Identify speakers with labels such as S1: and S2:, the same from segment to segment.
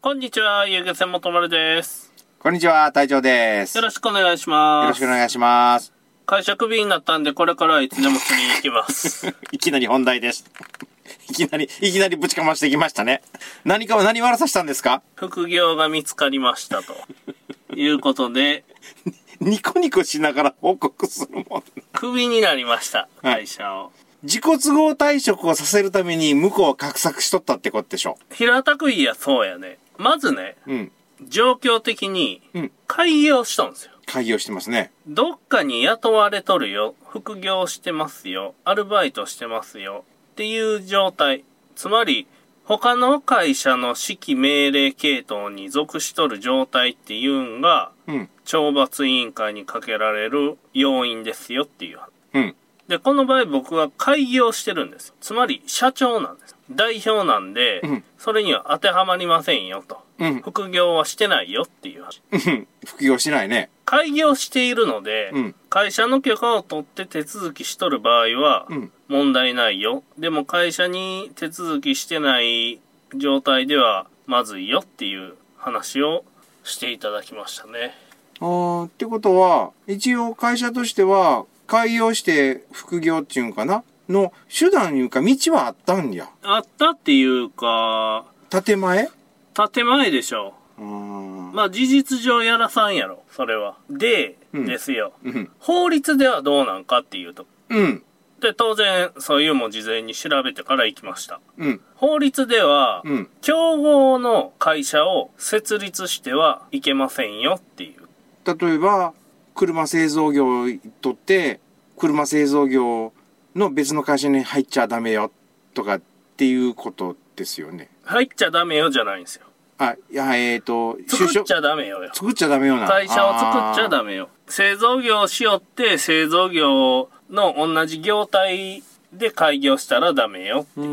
S1: こんにちは、ゆうげせもとまるです。
S2: こんにちは、隊長です。
S1: よ
S2: よ
S1: ろしくお願いします。
S2: ろしくお願いします。
S1: 会食日になったんで、これからはいつでも釣りに行きます。
S2: いきなり本題です。 いきなり、いきなりぶちかましてきましたね。何か、何悪さしたんですか
S1: 副業が見つかりましたと。いうことで、
S2: ニコニコしながら報告するもん。
S1: クビになりました、
S2: は
S1: 会
S2: い
S1: 社を。
S2: 自己都合退職をさせるために向こうを画策しとったってことでしょ。
S1: 平たく言いやそうやね。まずね、
S2: うん。
S1: 状況的に
S2: うん、
S1: 開業したんですよ。
S2: 開業してますね。
S1: どっかに雇われとるよ。副業してますよ。アルバイトしてますよ。っていう状態。つまり、他の会社の指揮命令系統に属しとる状態っていうんが、
S2: うん。
S1: 懲罰委員会にかけられる要因ですよっていう。
S2: うん。
S1: で、この場合僕は開業してるんです。つまり、社長なんです。代表なんで、
S2: うん
S1: それには当てはまりませんよと。
S2: うん。
S1: 副業はしてないよっていう話。
S2: うん。副業しないね。
S1: 開業しているので、
S2: うん
S1: 会社の許可を取って手続きしとる場合は
S2: うん
S1: 問題ないよ、でも会社に手続きしてない状態ではまずいよっていう話をしていただきましたね
S2: あー、ってことは、一応会社としては、開業して副業っていうんかなの手段いうか道はあったんや。
S1: あったっていうか
S2: 建前
S1: 建前でしょ
S2: うーん。
S1: まあ事実上やらさんやろそれはで、
S2: うん
S1: ですよ
S2: うん。
S1: 法律ではどうなんかっていうと
S2: うん。
S1: で当然そういうも事前に調べてから行きました
S2: うん。
S1: 法律では、
S2: うん。
S1: 競合の会社を設立してはいけませんよっていう。
S2: 例えば、車製造業とって、車製造業の別の会社に入っちゃダメよ、とかっていうことですよね。
S1: 入っちゃダメよじゃないんですよ。
S2: あ、いや、えっ、と、
S1: 作っち
S2: 作っ
S1: ゃダメよよ。
S2: ちゃダメよな。
S1: 会社を作っちゃ
S2: メ。
S1: ダメよ。製造業をしよって製造業の同じ業態で開業したらダメよ。
S2: うー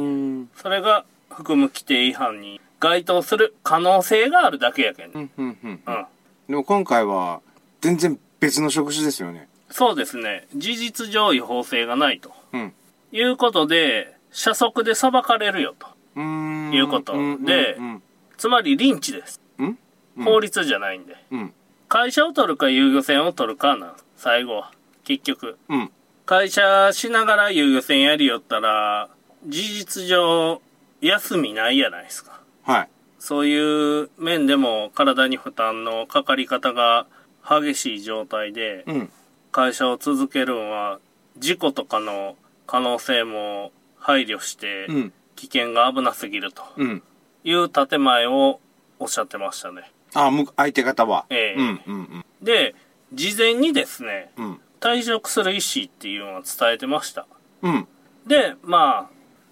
S2: ん。
S1: それが含む規定違反に該当する可能性があるだけやけん。
S2: う
S1: うん。
S2: ん、うん、うん。でも今回は、全然別の職種ですよね。
S1: そうですね。事実上違法性がないと。
S2: うん。
S1: いうことで、社則で裁かれるよと。
S2: うーん。
S1: いうこと
S2: うん
S1: で
S2: うん。
S1: つまりリンチです。
S2: うん。うん
S1: 法律じゃないんで。
S2: うん。
S1: 会社を取るか遊漁船を取るかなんです最後は結局
S2: うん。
S1: 会社しながら遊漁船やりよったら事実上休みないやないですか
S2: はい。
S1: そういう面でも体に負担のかかり方が激しい状態で
S2: うん。
S1: 会社を続けるんは事故とかの可能性も配慮して
S2: うん。
S1: 危険が危なすぎると
S2: うん。
S1: いう建前をおっしゃってましたね
S2: あ、む、相手方は。
S1: ええ
S2: うん、うん、
S1: で事前にですね
S2: うん。うん。
S1: 退職する意思っていうのは伝えてました。
S2: うん。
S1: で、まあ、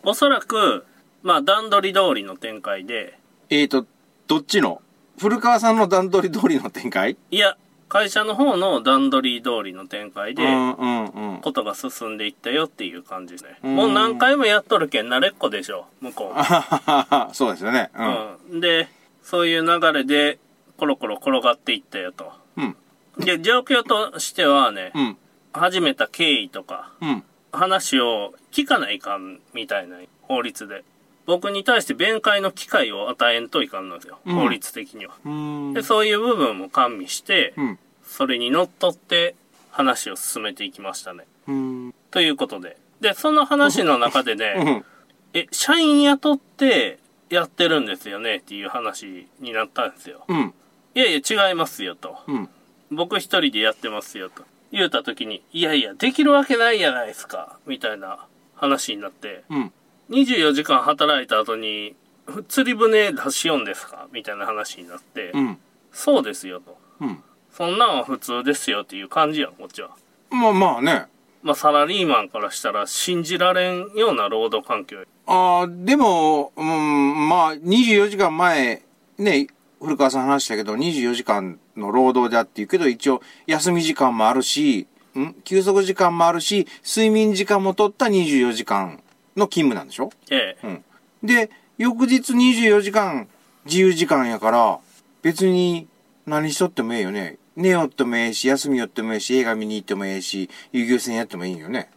S1: おそらく、まあ、段取り通りの展開で、
S2: えーと、どっちの古川さんの段取り通りの展開
S1: いや、会社の方の段取り通りの展開で
S2: う、んうんうん。
S1: ことが進んでいったよっていう感じですね。
S2: うん
S1: もう何回もやっとるけん慣れっこでしょ、向こ
S2: あははははそうですよね。う
S1: う。
S2: ん。
S1: うん。で、そういう流れで、コロコロ転がっていったよと。
S2: うん。
S1: で、状況としてはね、
S2: うん。
S1: 始めた経緯とか、
S2: うん。
S1: 話を聞かないかんみたいな法律で僕に対して弁解の機会を与えんといかんのですよ、
S2: うん
S1: 法律的には
S2: うん。
S1: でそういう部分も完備して、
S2: うん。
S1: それにのっとって話を進めていきましたね
S2: うん。
S1: ということででその話の中で
S2: う
S1: ね
S2: ん。
S1: え社員雇ってやってるんですよねっていう話になったんですよ
S2: うん。
S1: いやいや違いますよと
S2: うん。
S1: 僕一人でやってますよと言うた時にいやいやできるわけないやないですかみたいな話になって
S2: うん。
S1: 24時間働いた後に、ふ釣り船出しよんですかみたいな話になって、
S2: うん。
S1: そうですよと。
S2: うん。
S1: そんなんは普通ですよっていう感じやん、こっちは。
S2: まあまあね。
S1: まあ、サラリーマンからしたら信じられんような労働環境。
S2: ああ、でも、うん、まあ、24時間前、ね、古川さん話したけど、24時間の労働だっていうけど、一応、休み時間もあるし、ん休息時間もあるし、睡眠時間も取った24時間の勤務なんでしょ
S1: ええ。
S2: うん。で、翌日24時間自由時間やから、別に何しとってもええよね。寝よってもええし、休みよってもええし、映画見に行ってもええし、遊戯船やってもいいよね。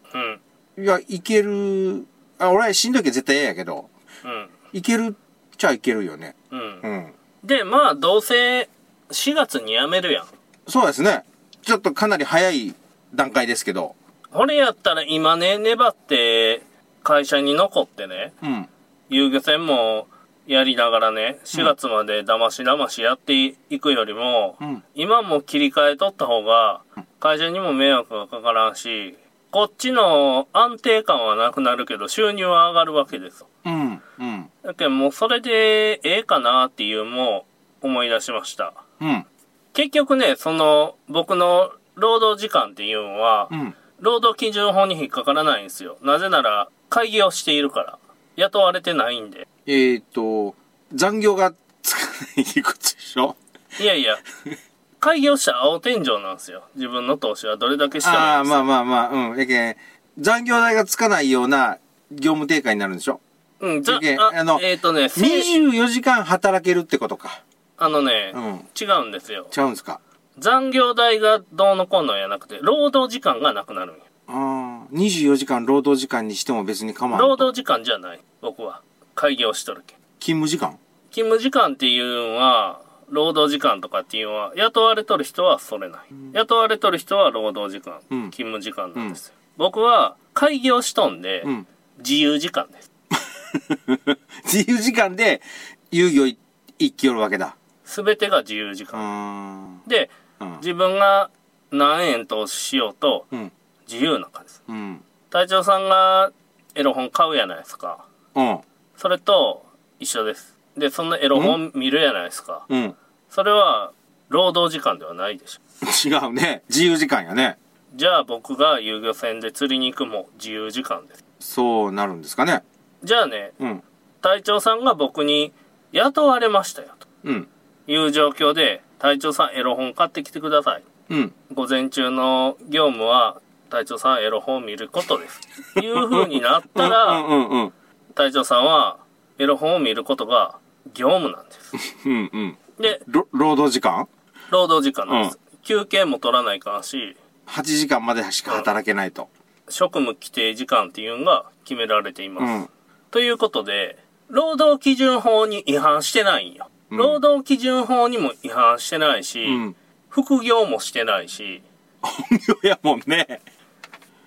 S1: うん。
S2: いや、いける、あ、俺はしんどいけど絶対嫌やけど、
S1: うん。
S2: いけるっちゃいけるよね。
S1: うん
S2: う。ん。
S1: で、まあ、どうせ4月に辞めるやん。
S2: そうですね。ちょっとかなり早い段階ですけど。
S1: これやったら今ね、粘って会社に残ってね、
S2: うん。
S1: 遊漁船もやりながらね、4月までだましだましやっていくよりも、
S2: うん。
S1: 今も切り替えとった方が、会社にも迷惑がかからんし、こっちの安定感はなくなるけど、収入は上がるわけですよ。
S2: うん。うん。
S1: だけどもうそれでええかなっていうも思い出しました。
S2: うん。
S1: 結局ね、その僕の労働時間っていうのは、
S2: うん。
S1: 労働基準法に引っかからないんですよ。なぜなら会議をしているから。雇われてないんで。
S2: えーっと、残業がつかないってことでしょ
S1: いやいや、会議をしたら青天井なんですよ。自分の投資はどれだけしても
S2: ああ、ま
S1: あ、
S2: あまあまあ、うん。やけん、残業代がつかないような業務低下になるんでしょ
S1: うん、じゃ
S2: いけ
S1: あ、
S2: あの
S1: えっ、とね、せい
S2: ?24 時間働けるってことか。
S1: あのね、
S2: うん。
S1: 違うんですよ。
S2: 違うんですか
S1: 残業代がどうのこうのやなくて、労働時間がなくなるんよ。
S2: ああ、24時間労働時間にしても別に構わない。
S1: 労働時間じゃない、僕は。会議をしとるけん。
S2: 勤務時間
S1: 勤務時間っていうのは、労働時間とかっていうのは、雇われとる人はそれない。雇われとる人は労働時間、
S2: うん
S1: 勤務時間なんですよ。僕は会議をしとんで、
S2: うん。
S1: 自由時間です。
S2: 自由時間で遊戯を一気寄るわけだ。
S1: すべてが自由時
S2: うー
S1: 間。
S2: ん。
S1: で、
S2: うん。
S1: 自分が何円投資しようと、
S2: うん。
S1: 自由な感じです。
S2: うん。
S1: 隊長さんがエロ本買うやないですか。
S2: うん。
S1: それと一緒です。で、そのエロ本見るやないですか。
S2: うん。
S1: それは、労働時間ではないでしょ。
S2: 違うね。自由時間やね。
S1: じゃあ僕が遊漁船で釣りに行くも自由時間です。
S2: そうなるんですかね。
S1: じゃあね、
S2: うん。
S1: 隊長さんが僕に雇われましたよ、と
S2: うん。
S1: いう状況で、隊長さんエロ本買ってきてください。
S2: うん。
S1: 午前中の業務は、隊長さんエロ本を見ることです。いう風になった
S2: うん
S1: ら、
S2: うんうん。
S1: 隊長さんはエロ本を見ることが業務なんです。
S2: うんうん。
S1: で、
S2: ろ労働時間
S1: 労働時間なんです。休憩も取らないかんし、
S2: ?8 時間までしか働けないと。
S1: 職務規定時間っていうのが決められています。
S2: うん。
S1: ということで、労働基準法に違反してないんよ。
S2: うん
S1: 労働基準法にも違反してないし、
S2: うん。
S1: 副業もしてないし、
S2: 本業やもんね。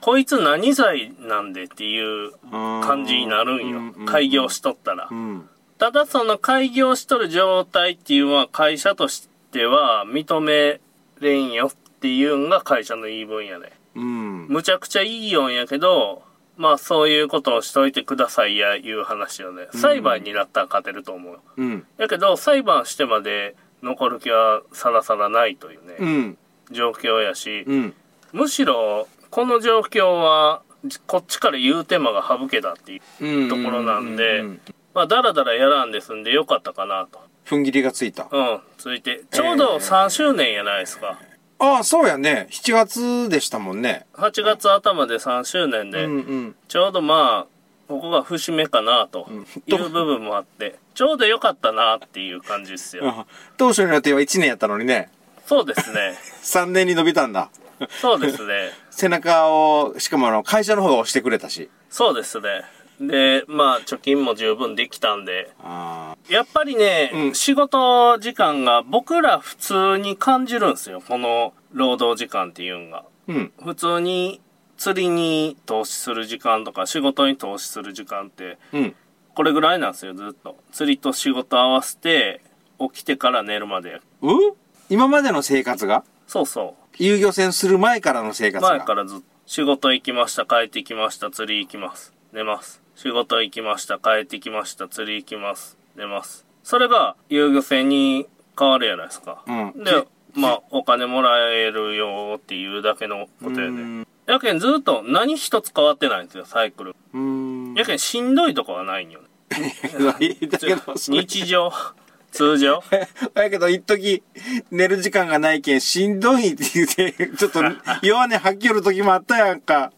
S1: こいつ何罪なんでっていう
S2: 感
S1: 感じになるんよ。開業しとったら
S2: う。ん。
S1: ただその開業しとる状態っていうのは会社としては認めれんよっていうのが会社の言い分やね。
S2: うん。
S1: むちゃくちゃいいよんやけど、まあそういうことをしといてくださいやいう話よね。裁判になったら勝てると思う。
S2: うん。
S1: やけど裁判してまで残る気はさらさらないというね、
S2: うん。
S1: 状況やし、
S2: うん。
S1: むしろこの状況はじこっちから言う手間が省けたっていう、
S2: うん。
S1: ところなんで
S2: うう
S1: まあだらだらやらんですんでよかったかなと。
S2: 踏ん切りがついた。
S1: うん、続いて、ちょうど3周年やないですか。
S2: ああ、そうやね。7月でしたもんね。
S1: 8月頭で3周年
S2: う
S1: で、
S2: んうん。
S1: ちょうどまあ、ここが節目かなという部分もあって、ちょうど良かったなっていう感じですよ。
S2: あ 当初の予定は1年やったのにね、
S1: そうですね。
S2: 3年に伸びたんだ。
S1: そうですね。
S2: 背中を、しかもあの、会社の方が押してくれたし。
S1: そうですね。で、まあ、貯金も十分できたんで、
S2: あ
S1: やっぱりね、
S2: うん
S1: 仕事時間が僕ら普通に感じるんですよ。この労働時間っていうのが。
S2: あ。うん。
S1: 普通に釣りに投資する時間とか仕事に投資する時間って、
S2: うん。
S1: これぐらいなんですよ、ずっと。釣りと仕事合わせて、起きてから寝るまで。
S2: う今までの生活が
S1: そうそ
S2: 遊漁船する前からの生
S1: う。
S2: 活が
S1: 前からずっと。仕事行きました、帰ってきました、釣り行きます。寝ます。仕事行きました、帰ってきました、釣り行きます。寝ます。それが遊漁船に変わるやないですか。
S2: うん
S1: で、まあ、お金もらえるよっていうだけのことや
S2: う
S1: ね。
S2: ん
S1: やけんずっと何一つ変わってないんですよ、サイクル。
S2: うーん。
S1: やけんしんどいとこはないんよね。
S2: だけど、それ
S1: 日常、通常。
S2: だけど、一時寝る時間がないけん、しんどいって言って、 ちょっと弱音吐きよる時もあったやんか。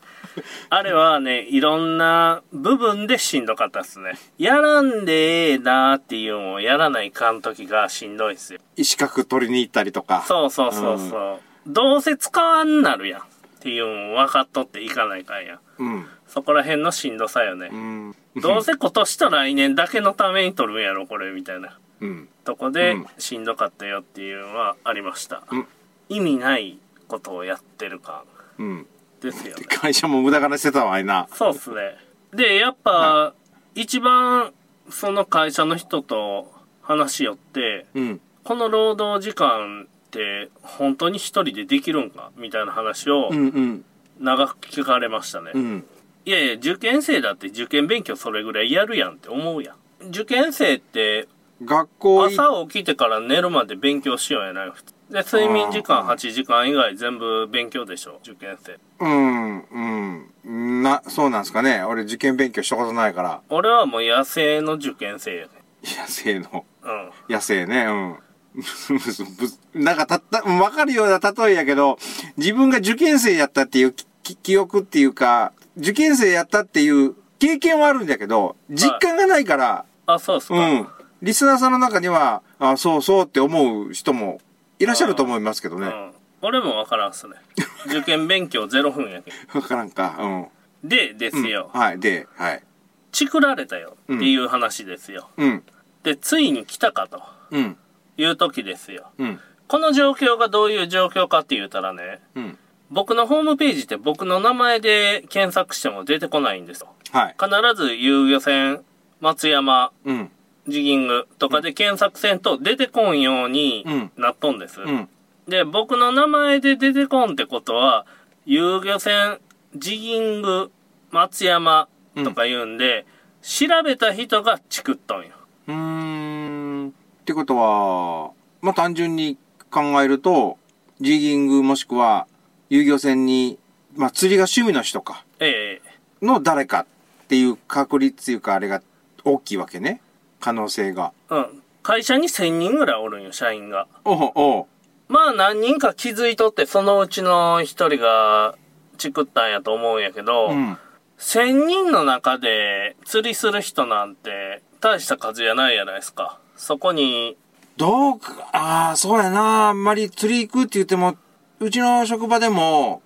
S1: あれはね、いろんな部分でしんどかったっすね。やらんでええなーっていうのをやらないかんときがしんどいっすよ。
S2: 資格取りに行ったりとか。
S1: そうそうそうそう。どうせ使わんなるやんっていうのを分かっとっていかないかんやん。
S2: う。うん。
S1: そこら辺のしんどさよね
S2: う。ん。
S1: どうせ今年と来年だけのために取るんやろ、これ、みたいな。
S2: うん。
S1: とこで
S2: うん
S1: しんどかったよっていうのはありました、
S2: うん
S1: 意味ないことをやってる感
S2: うん。
S1: ですよね
S2: 会社も無駄金してたわ、あいな。
S1: そうっすねでやっぱ一番その会社の人と話しよって
S2: うん。
S1: この労働時間って本当に一人でできるんかみたいな話を
S2: うんうん。
S1: 長く聞かれましたね、
S2: うん。
S1: いやいや、受験生だって受験勉強それぐらいやるやんって思うやん。受験生って
S2: 学校い、
S1: 朝起きてから寝るまで勉強しようやない普通で、睡眠時間
S2: あー
S1: 8時間以外全部勉強でしょ、受験生。
S2: うん、うん。な、そうなんすかね。俺受験勉強したことないから。
S1: 俺はもう野生の受験生やね。
S2: 野生の、
S1: うん。
S2: 野生ね、うん。 なんかたった、わかるような例えやけど、自分が受験生やったっていうきき記憶っていうか、受験生やったっていう経験はあるんだけど、実感がないから、
S1: あ、そうっすか。
S2: うん。リスナーさんの中には、あそうそうって思う人もいらっしゃると思いますけど
S1: う
S2: ね。
S1: ん俺もわからんっ すね。受験勉強0分やけん。
S2: わからんか。うん。
S1: で、です
S2: うん
S1: よ。
S2: はい。で、はい。
S1: チクられたよっていう話ですよ。
S2: うん。
S1: で、ついに来たかと
S2: うん。
S1: いう時ですよ。
S2: うん。
S1: この状況がどういう状況かって言ったらね、
S2: うん。
S1: 僕のホームページって僕の名前で検索しても出てこないんですよ。
S2: はい。
S1: 必ず遊漁船、松山、
S2: うん。
S1: ジギングとかで検索せんと出てこんように
S2: うん
S1: なっとんです。
S2: うん。
S1: で、僕の名前で出てこんってことは、遊漁船、ジギング、松山とか言うんで、調べた人がチクっとんよ。
S2: うーん。ってことは、まあ、単純に考えると、ジギングもしくは、遊漁船に、まあ、釣りが趣味の人か、
S1: ええ
S2: の誰かっていう確率っていうか、あれが大きいわけね。可能性が。
S1: うん。会社に1000人ぐらいおるんよ、社員が。
S2: おうおう。
S1: まあ何人か気づいとってそのうちの一人がチクったんやと思うんやけど、
S2: うん。
S1: 1000人の中で釣りする人なんて大した数やないやないですか。そこに、
S2: どうか、ああ、そうやな。あんまり釣り行くって言っても、うちの職場でも、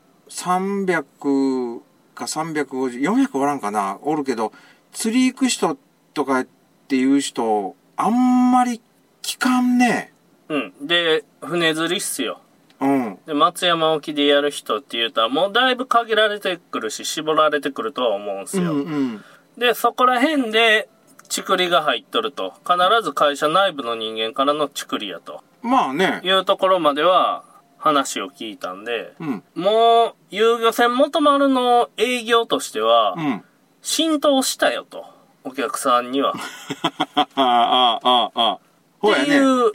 S2: 300か350、400おらんかな、おるけど、釣り行く人とかっていう人、あんまり聞かんね。
S1: うん。で、船釣りっすよ。
S2: うん。
S1: で、松山沖でやる人って言うたらもうだいぶ限られてくるし、絞られてくるとは思うんす
S2: うん
S1: よ。
S2: うん。
S1: で、そこら辺で、チクリが入っとると。必ず会社内部の人間からのチクリやと。
S2: まあね。
S1: いうところまでは話を聞いたんで、
S2: うん。
S1: もう、遊漁船元丸の営業としては
S2: う、ん。
S1: 浸透したよと。お客さんには。っ
S2: ああ、ああ、ああ。ほうや
S1: てい
S2: ね。
S1: う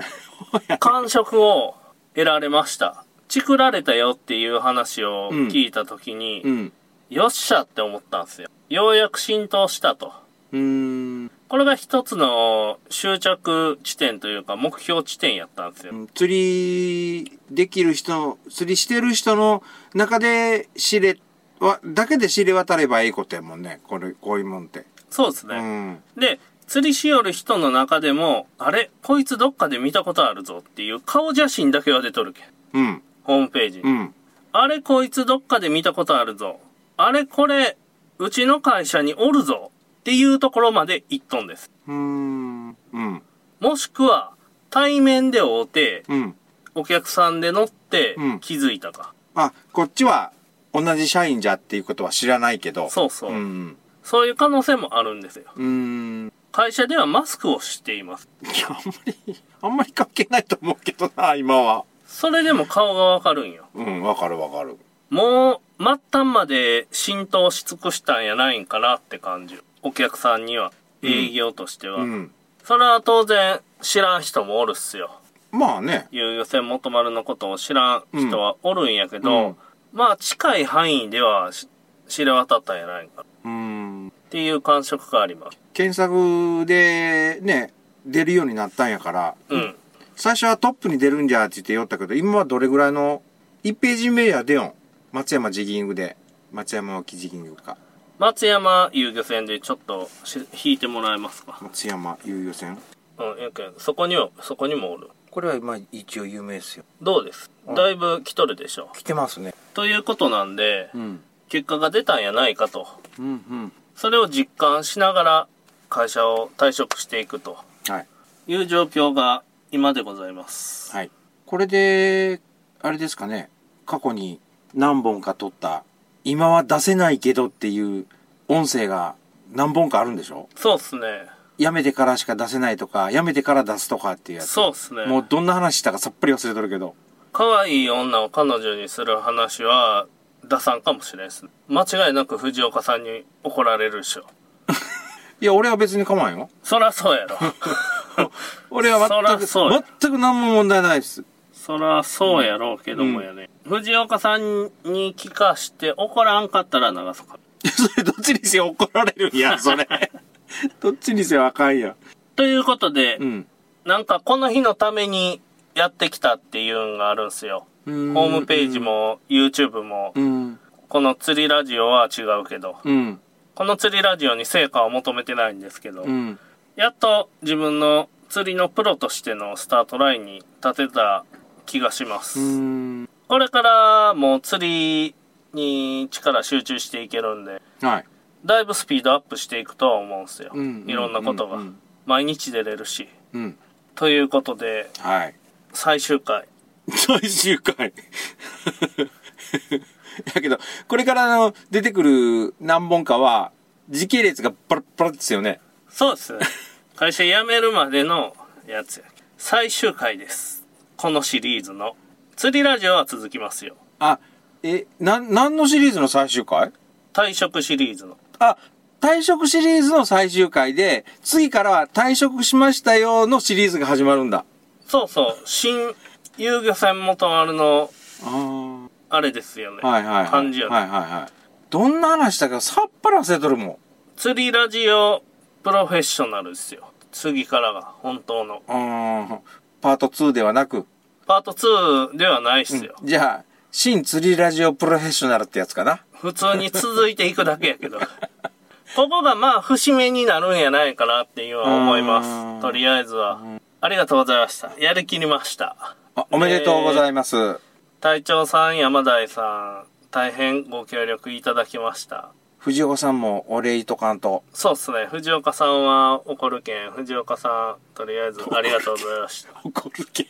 S1: 感触を得られました。チクられたよっていう話を聞いたときに、
S2: うん。
S1: よっしゃって思ったんですよ。ようやく浸透したと。
S2: うーん。
S1: これが一つの終着地点というか目標地点やったんですよ。
S2: 釣りできる人、釣りしてる人の中で知れ、わ、だけで知れ渡ればいいことやもんね。これ、こういうもんって。
S1: そうです
S2: う
S1: ね。
S2: ん。
S1: で、釣りしよる人の中でも、あれこいつどっかで見たことあるぞっていう顔写真だけは出とるけん。
S2: うん。
S1: ホームページに。
S2: うん。
S1: あれこいつどっかで見たことあるぞ。あれこれ、うちの会社におるぞっていうところまで行っとんです。
S2: うーん。うん。
S1: もしくは、対面で会うて、
S2: うん。
S1: お客さんで乗って
S2: うん
S1: 気づいたか。
S2: あ、こっちは同じ社員じゃっていうことは知らないけど。
S1: そうそう、
S2: うん。
S1: そういう可能性もあるんですよ。
S2: うーん。
S1: 会社ではマスクをしています。
S2: いや、あんまり、あんまり関係ないと思うけどな、今は。
S1: それでも顔がわかるんよ。
S2: うん、わかるわかる。
S1: もう、末端まで浸透し尽くしたんやないんかなって感じ。お客さんには、
S2: ん
S1: 営業としては。
S2: うん。
S1: それは当然、知らん人もおるっすよ。
S2: まあね。
S1: いう予選元丸のことを知らん人はおるんやけど、
S2: うんうん
S1: まあ近い範囲ではし知れ渡ったんやないかっ
S2: うん。
S1: ていう感触があります。
S2: 検索で、ね、出るようになったんやから。
S1: うん。
S2: 最初はトップに出るんじゃって言ってよったけど、今はどれぐらいの、1ページ目やでよん。松山ジギングで。松山沖ジギングか。
S1: 松山遊漁船でちょっとし引いてもらえますか。
S2: 松山遊漁船。
S1: うん、やけん、そこには、そこにもおる。
S2: これはまあ一応有名ですよ。
S1: どうです
S2: うん
S1: だいぶ来とるでしょ
S2: 来てますね。
S1: う。ということなんで、
S2: うん。
S1: 結果が出たんやないかと。
S2: うんうん。
S1: それを実感しながら会社を退職していくと
S2: はい。
S1: いう状況が今でございます。
S2: はい。これで、あれですかね、過去に何本か撮った、今は出せないけどっていう音声が何本かあるんでしょ
S1: そうっすね。
S2: やめてからしか出せないとか、やめてから出すとかっていうやつ。
S1: そうっすね。
S2: もうどんな話したかさっぱり忘れとるけど。
S1: 可愛い女を彼女にする話は出さんかもしれないですね間違いなく藤岡さんに怒られるでしょ
S2: いや、俺は別に構わんよ。
S1: そらそう やろ
S2: 俺は全く、
S1: そらそうよ
S2: 全く何も問題ないです。
S1: そらそうやろうけどもやね、藤岡さんに聞かして怒らんかったら流そうか
S2: いやそれどっちにせよ怒られるん や、それ。どっちにせよあかんや。
S1: ということで、
S2: うん。
S1: なんかこの日のためにやってきたっていうのがあるんすよ
S2: ホ
S1: ホ
S2: ー
S1: ームページ。も YouTube も
S2: うん。
S1: この釣りラジオは違うけど
S2: うん。
S1: この釣りラジオに成果を求めてないんですけど、
S2: うん。
S1: やっと自分の釣りのプロとしてのスタートラインに立てた気がします。
S2: うん。
S1: これからもう釣りに力集中していけるんで、
S2: はい。
S1: だいぶスピードアップしていくとは思うんですよ。
S2: うん
S1: いろんなことが
S2: うんうん。
S1: 毎日出れるし。
S2: うん。
S1: ということで、
S2: はい。
S1: 最終回。
S2: 最終回。 だけど、これからの出てくる何本かは、時系列がパラッパラですよね。
S1: そうですね。 会社辞めるまでのやつや。最終回です。このシリーズの。釣りラジオは続きますよ。
S2: あ、え、な、何のシリーズの最終回
S1: 退職シリーズの。
S2: あ、退職シリーズの最終回で、次からは退職しましたよのシリーズが始まるんだ。
S1: そうそう、新遊漁船元丸の、
S2: ああ。
S1: あれですよね。
S2: はいはい、はい。
S1: 感じやね
S2: はいはいはい。どんな話したかさっぱり忘れとるもん。
S1: 釣りラジオプロフェッショナルですよ。次からが本当の。
S2: うーん。パート2ではなく。
S1: パート2ではないっすよ。
S2: じゃあ、新釣りラジオプロフェッショナルってやつかな。
S1: 普通に続いていくだけやけど。ここがまあ節目になるんやないかなっていうのは思いま
S2: うん
S1: す。とりあえずは。ありがとうございました。やりきりました。
S2: あおめでとうございます。
S1: 隊長さん、山台さん、大変ご協力いただきました。
S2: 藤岡さんもお礼いとかんと。
S1: そうっすね。藤岡さんは怒るけん。藤岡さん、とりあえずありがとうございま した。
S2: 怒るけん。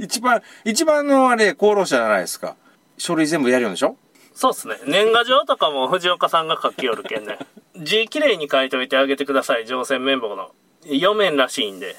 S2: 一番、一番のあれ、功労者じゃないですか。書類全部やるんでしょ
S1: そうっすね。年賀状とかも藤岡さんが書きよるけんね。字きれいに書いといてあげてください。乗船綿棒の。4面らしいんで。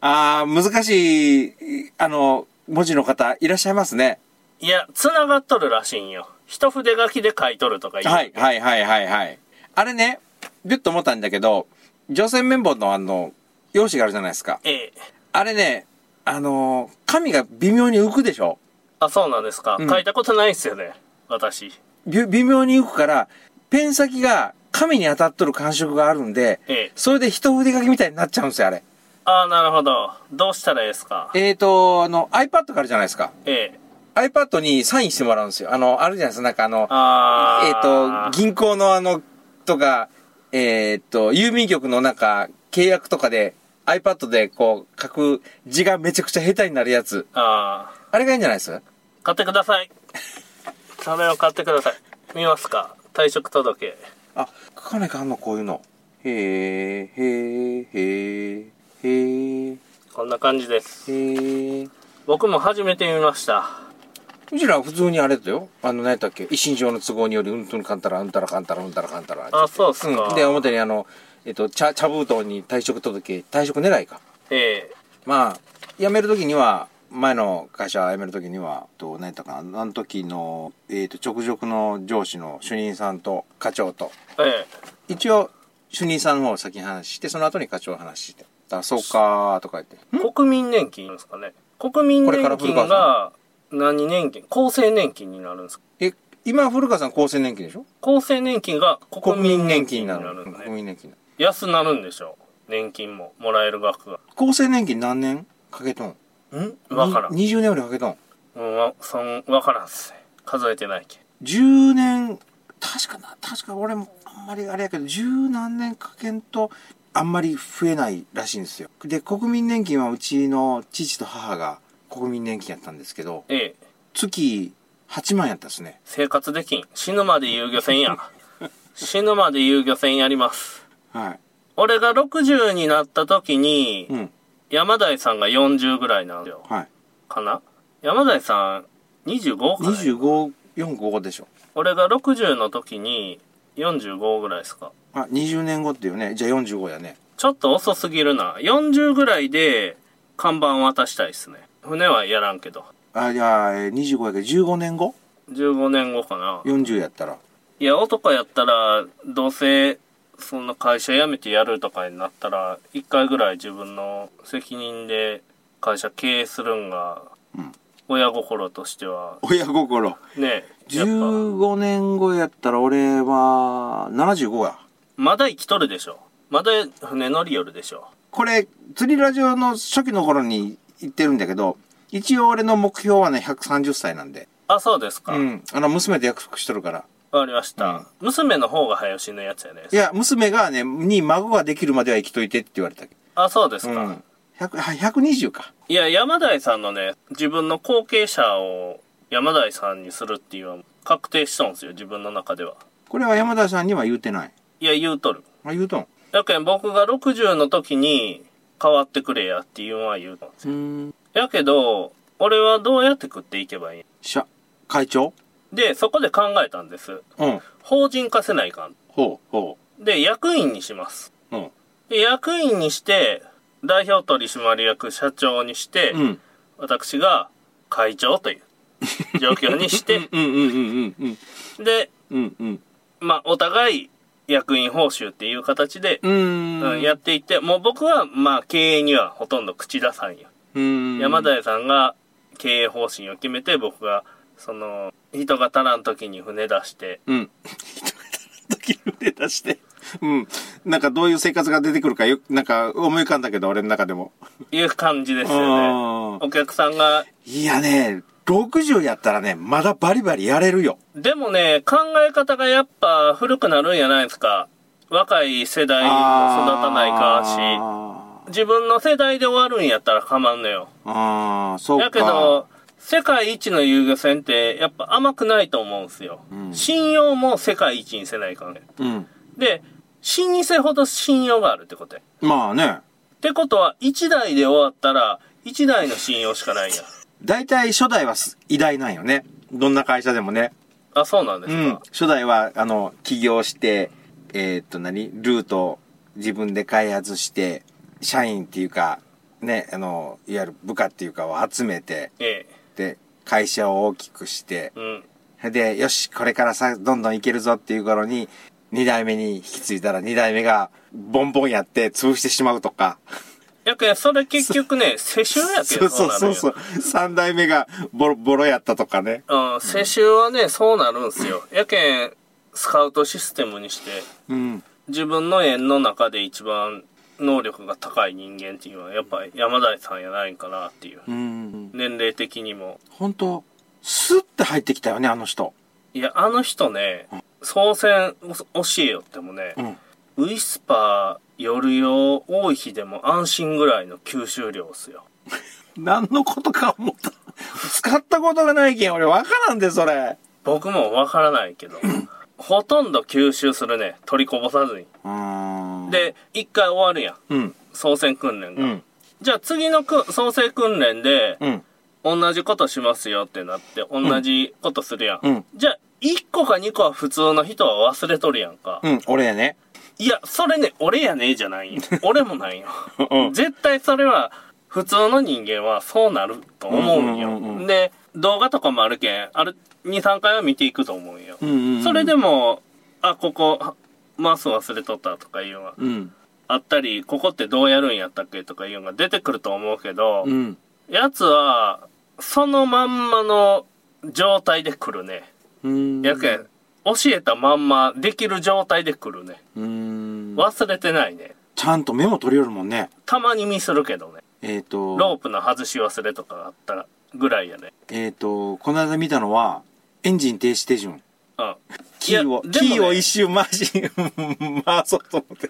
S2: ああ、難しい、あの、文字の方いらっしゃいますね。
S1: いや、繋がっとるらしいんよ。一筆書きで書いとるとか言う。
S2: はい、はい、はい、はい、はい。あれね、ビュッと思ったんだけど、乗船綿棒のあの、用紙があるじゃないですか。
S1: ええ。
S2: あれね、あの、紙が微妙に浮くでしょ
S1: あ、そうなんですか。
S2: うん
S1: 書いたことないっすよね。私。
S2: び微妙に浮くから、ペン先が紙に当たっとる感触があるんで、
S1: ええ。
S2: それで一筆書きみたいになっちゃうんですよ、あれ。
S1: ああ、なるほど。どうしたらいいですか。
S2: えーと、あの、iPad があるじゃないですか。
S1: ええ。
S2: iPad にサインしてもらうんですよ。あの、あるじゃないですか。なんかあの、
S1: ああ。
S2: えーと、銀行のあの、とか、えーと、郵便局のなんか、契約とかで、iPad でこう、書く字がめちゃくちゃ下手になるやつ。
S1: ああ。
S2: あれがいいんじゃないです
S1: 買ってください。 それを買ってください。見ますか。退職届。
S2: あ、書かないかんの、こういうの。へー、へー、へー、へー、
S1: こんな感じです。
S2: へー。
S1: 僕も初めて見ました
S2: うちらは普通にあれだよ。あの、何やったっけ一身上の都合により、うんとんかんたら、うんたらかんたら、うんたらかんたら。
S1: あそうっすか、
S2: うん。で、表にあの、えっと、茶、茶封筒に退職届、退職狙いか。
S1: ええ
S2: まあ、辞めるときには、前の会社辞めるときには、と、何やったかな、あの時の、えっ、と、直属の上司の主任さんと課長と、
S1: ええ
S2: 一応、主任さんの方を先に話して、その後に課長の話して。だからそうかーとか言って。
S1: 国民年金ですかね国民年
S2: これから古
S1: 金
S2: 川さ
S1: が何年金厚生年金になるんですか
S2: え、今、古川さん厚生年金でしょ
S1: 厚生年金が国民年金になるんです
S2: 国
S1: ね
S2: 民年金なの
S1: 安なるんでしょう年金ももらえる額が
S2: 厚生年金何年かけとん
S1: んわからん
S2: に20年ぐらいかけとん
S1: うんわそんわからんっすね数えてないけん
S2: 10年確かな確か俺もあんまりあれやけど十何年かけんとあんまり増えないらしいんですよで国民年金はうちの父と母が国民年金やったんですけど
S1: ええ
S2: 月8万やったですね
S1: 生活できん死ぬまで遊漁船 や死ぬまで遊漁船やります
S2: はい
S1: 俺が60になった時に、
S2: うん
S1: 山台さんが40ぐらいなんですよ。
S2: はい。
S1: かな山台さん25かな
S2: 25、45でしょ。
S1: 俺が60の時に45ぐらいですか。
S2: あ、20年後っていうね。じゃあ45やね。
S1: ちょっと遅すぎるな。40ぐらいで看板渡したいですね。船はやらんけど。
S2: あ、じゃあ、えー25やけど、15年後
S1: 15年後かな。
S2: ?40 やったら。
S1: いや、男やったら、どうせ、そんな会社辞めてやるとかになったら、一回ぐらい自分の責任で会社経営するんが、
S2: うん
S1: 親心としては、
S2: 親心。
S1: ね、やっぱ、
S2: 15年後やったら俺は、75や。
S1: まだ生きとるでしょ。まだ船乗りよるでしょ。
S2: これ、釣りラジオの初期の頃に言ってるんだけど、一応俺の目標はね、130歳なんで。
S1: あ、そうですか。
S2: う
S1: わ、
S2: ん。あの、娘と約束しとるから。
S1: かりました。娘の方が早死ぬやつやね
S2: い。や、娘がね、に孫ができるまでは生きといてって言われたけ
S1: あ、そうです
S2: ど。う
S1: か。
S2: ん。100あ120か。
S1: いや、山台さんのね、自分の後継者を山台さんにするっていうのは確定しとんですよ、自分の中では。
S2: これは山田さんには言うてない。
S1: いや、言うとる。
S2: あ、言うとん。
S1: やけん僕が60の時に変わってくれやっていうのは言うとんですよ
S2: うん。
S1: やけど、俺はどうやって食っていけばいい
S2: しゃ、会長
S1: で、そこで考えたんです。
S2: うん。
S1: 法人化せないかん。
S2: ほう、ほ
S1: で、役員にします。
S2: う。うん。
S1: で、役員にして、代表取締役社長にして、
S2: うん。
S1: 私が会長という状況に して、
S2: うんうんうんうん
S1: で、
S2: うんうん
S1: まあ、お互い役員報酬っていう形で、
S2: うん
S1: うんやっていって、もう僕は、まあ、経営にはほとんど口出さんよ。
S2: うん
S1: 山田屋さんが経営方針を決めて、僕が、その、人が足らん時に船出して、
S2: うん時々出だしてうんなんかどういう生活が出てくるかよなんか思い浮かんだけど俺の中でも
S1: いう感じですよね。
S2: あー
S1: お客さんが、
S2: いやね60やったらねまだバリバリやれるよ
S1: でもね、考え方がやっぱ古くなるんやないですか。若い世代も育たないか
S2: あ
S1: し、自分の世代で終わるんやったら構わんのよ。
S2: ーあーそうか
S1: だけど、世界一の遊漁船ってやっぱ甘くないと思うんすよ。
S2: うん
S1: 信用も世界一にせないかんね。
S2: うん
S1: で、老舗ほど信用があるってことや。
S2: まあね
S1: ってことは、1台で終わったら、1台の信用しかないんや。
S2: 大体初代はす偉大なんよねどんな会社でもね
S1: あ、そうなんです
S2: う
S1: か。
S2: ん、初代はあの起業してえーっと何ルートを自分で開発して社員っていうかねあのいわゆる部下っていうかを集めて
S1: ええ。
S2: で会社を大きくして
S1: うん。
S2: でよしこれからさどんどんいけるぞっていう頃に2代目に引き継いだら2代目がボンボンやって潰してしまうとか
S1: やけん、それ結局ね、世襲やけ
S2: そ
S1: ん
S2: う
S1: そ
S2: そうう
S1: なるん
S2: そ
S1: よ。
S2: うそう3代目がボロボロやったとかね
S1: うん、世襲はね、そうなるんすよ。やけん、スカウトシステムにして、
S2: うん
S1: 自分の縁の中で一番能力が高い人間っていうのは、やっぱ山田さんやないんかなっていう。
S2: うん
S1: 年齢的にも。
S2: 本当スッて入ってきたよねあの人
S1: いや、あの人ね、操船教えよってもね、
S2: うん
S1: ウィスパー夜用多い日でも安心ぐらいの吸収量っすよ。
S2: 何のことか思った。使ったことがないけん、俺わからんで、それ。
S1: 僕もわからないけど、ほとんど吸収するね。取りこぼさずに。
S2: うん、
S1: で、一回終わるやん。
S2: うん、
S1: 操船訓練が。
S2: うん、
S1: じゃあ次のく操船訓練で、
S2: うん、
S1: 同じことしますよってなって、同じことするやん。
S2: うん
S1: じゃあ、1個か2個は普通の人は忘れとるやんか。
S2: うん、俺やね。
S1: いや、それね、俺やねじゃないよ。俺もないよ。
S2: うん
S1: 絶対それは普通の人間はそうなると思うんよ、
S2: うんうんうんうん
S1: で動画とかもあるけんある23回は見ていくと思うんよ、
S2: うん、うん。
S1: それで、もあここマウス忘れとったとかいうのが
S2: うん、
S1: あったりここってどうやるんやったっけとかいうのが出てくると思うけど、
S2: うん。
S1: やつはそのまんまの状態で来るね
S2: うん。
S1: やけん、教えたまんまできる状態で来るね
S2: うん。
S1: 忘れてないね
S2: ちゃんとメモ取り寄るもんね。
S1: たまにミスるけどね
S2: えっ、
S1: ロー
S2: と、
S1: プの外し忘れとかあったらぐらいやね
S2: えっ、と、この間見たのは、エンジン停止手順。
S1: うん
S2: キ
S1: い
S2: ーを、
S1: やでもね
S2: キーを一周回し、 回そうと思って。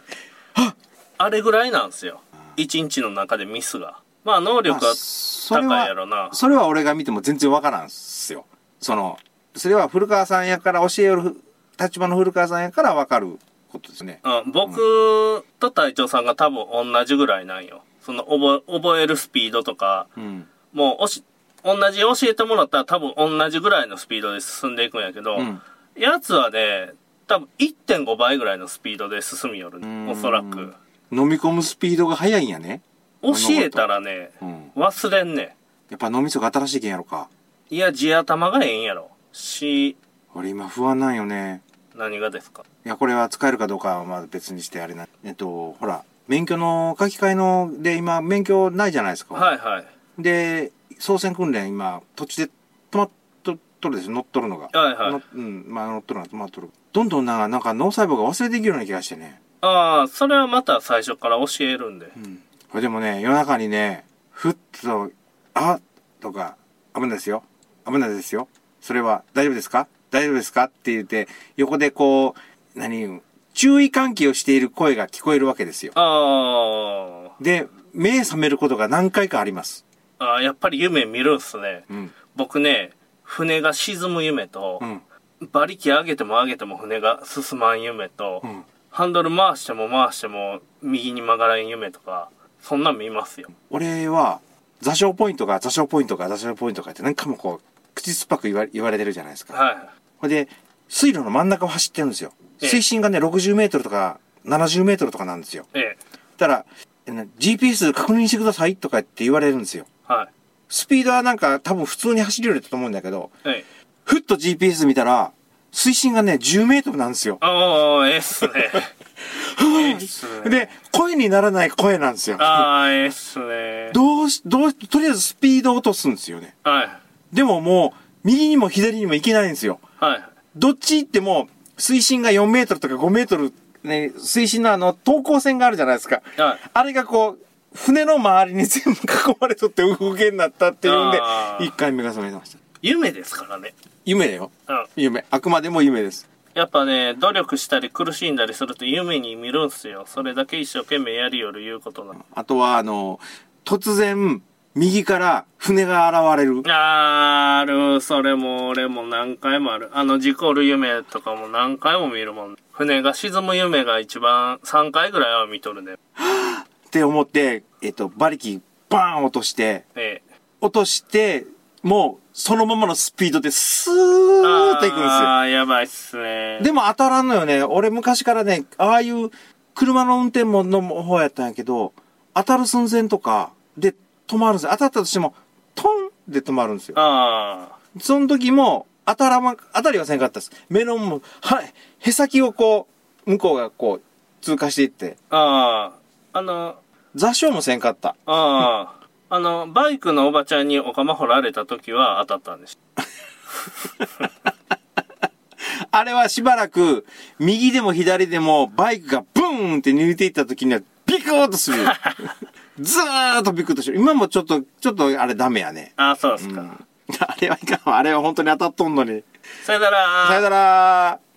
S1: あれぐらいなんですよ一日の中でミスがまあ能力
S2: ま
S1: は
S2: あそれは
S1: 高いやろな
S2: それは俺が見ても全然わからんっすよ。その、それは古川さんやから教えよる立場の古川さんやからわかることですね。
S1: うん、僕と隊長さんが多分同じぐらいなんよその覚え、覚えるスピードとか、
S2: うん。
S1: もうおし、同じ教えてもらったら多分同じぐらいのスピードで進んでいくんやけど、
S2: うん。
S1: やつはね、多分1.5倍ぐらいのスピードで進みよる、
S2: ん
S1: おそらく。
S2: 飲み込むスピードが速いんやね。
S1: 教
S2: 事
S1: えたらね、
S2: うん。
S1: 忘れんね
S2: やっぱ脳みそが新しいけんやろか。
S1: ん。いや、地頭がええんやろ。し、
S2: 俺今不安なんよね。
S1: 何がですか
S2: いや、これは使えるかどうかはまあ別にしてあれな。えっと、ほら、免許の書き換えの、で今免許ないじゃないですか。
S1: はいはい。
S2: で、操船訓練今、土地で止まっと、とるですよ乗っとるのが。
S1: はいは
S2: の
S1: い。
S2: うん、まあ乗っとるのは止まっとる。どんどんな、なんか脳細胞が忘れていくような気がしてね。
S1: ああ、それはまた最初から教えるんで。
S2: うん。これでもね、夜中にね、ふっと、あとか、危ないですよ。危ないですよ。それは、大丈夫ですか大丈夫ですかって言って、横でこう、何、注意喚起をしている声が聞こえるわけですよ。
S1: あ
S2: で、目覚めることが何回かあります。
S1: あ、ああやっぱり夢見るんすね。
S2: うん。
S1: 僕ね、船が沈む夢と
S2: う、ん。
S1: 馬力上げても上げても船が進まん夢と、
S2: うん。
S1: ハンドル回しても回しても右に曲がらん夢とか、そんなん見ますよ。
S2: 俺は、座礁ポイントが、座礁ポイントが、座礁ポイントがって何回もこう、口酸っぱく言わ言われてるじゃないですか。
S1: は
S2: ほいで、水路の真ん中を走ってるんですよ。
S1: ええ
S2: 水深がね、60メートルとか、70メートルとかなんですよ。
S1: い。ええ。
S2: たら、えな GPS 確認してくださいとかって言われるんですよ。
S1: はい。
S2: スピードはなんか多分普通に走るよりだと思うんだけど、
S1: ええ。
S2: ふっと GPS 見たら、水深がね、10メートルなんですよ。
S1: ああ、ええっすね。 ええっすね。
S2: で、声にならない声なんですよ。
S1: ああ、ええっすね。
S2: どうし、どうし、とりあえずスピードを落とすんですよね。
S1: はい。
S2: でももう、右にも左にも行けないんですよ。
S1: はい。
S2: どっち行っても、水深が4メートルとか5メートル、ね、水深のあの、等高線があるじゃないですか。
S1: はい。
S2: あれがこう、船の周りに全部囲まれとって動けになったっていうんで
S1: あ、ー
S2: 一回目が覚めました。
S1: 夢ですからね。
S2: 夢だよ。
S1: うん。
S2: 夢。あくまでも夢です。
S1: やっぱね、努力したり苦しんだりすると夢に見るんすよ。それだけ一生懸命やりよるいうことなの。
S2: あとは、あの、突然、右から船が現れる。
S1: あーある、それも俺も何回もある。あの事故る夢とかも何回も見るもん。船が沈む夢が一番3回ぐらいは見とるね。
S2: って思って、えっと、馬力、バーン落として、
S1: ええ。
S2: 落として、もう、そのままのスピードで、スーッと行くんですよ。
S1: ああ、やばいっすね。
S2: でも当たらんのよね。俺昔からね、ああいう車の運転もの方やったんやけど、当たる寸前とかで止まるんですよ。当たったとしても、トンで止まるんですよ。
S1: あ
S2: その時も、当たらま、当たりはせんかったです。目のも、は、へさきをこう、向こうがこう、通過していって、
S1: あ、ああ、あの、
S2: 座礁もせんかった。
S1: あ あ、あの、バイクのおばちゃんにお釜掘られた時は当たったんです。
S2: あれはしばらく、右でも左でも、バイクがブーンって抜いていった時には、ビクッとする。ずーっとビクッとしてる。今もちょっと、ちょっとあれダメやね。
S1: ああ、 そうですか。
S2: あれはいかんわ。あれは本当に当たっとんのに。
S1: さよなら。
S2: さよなら。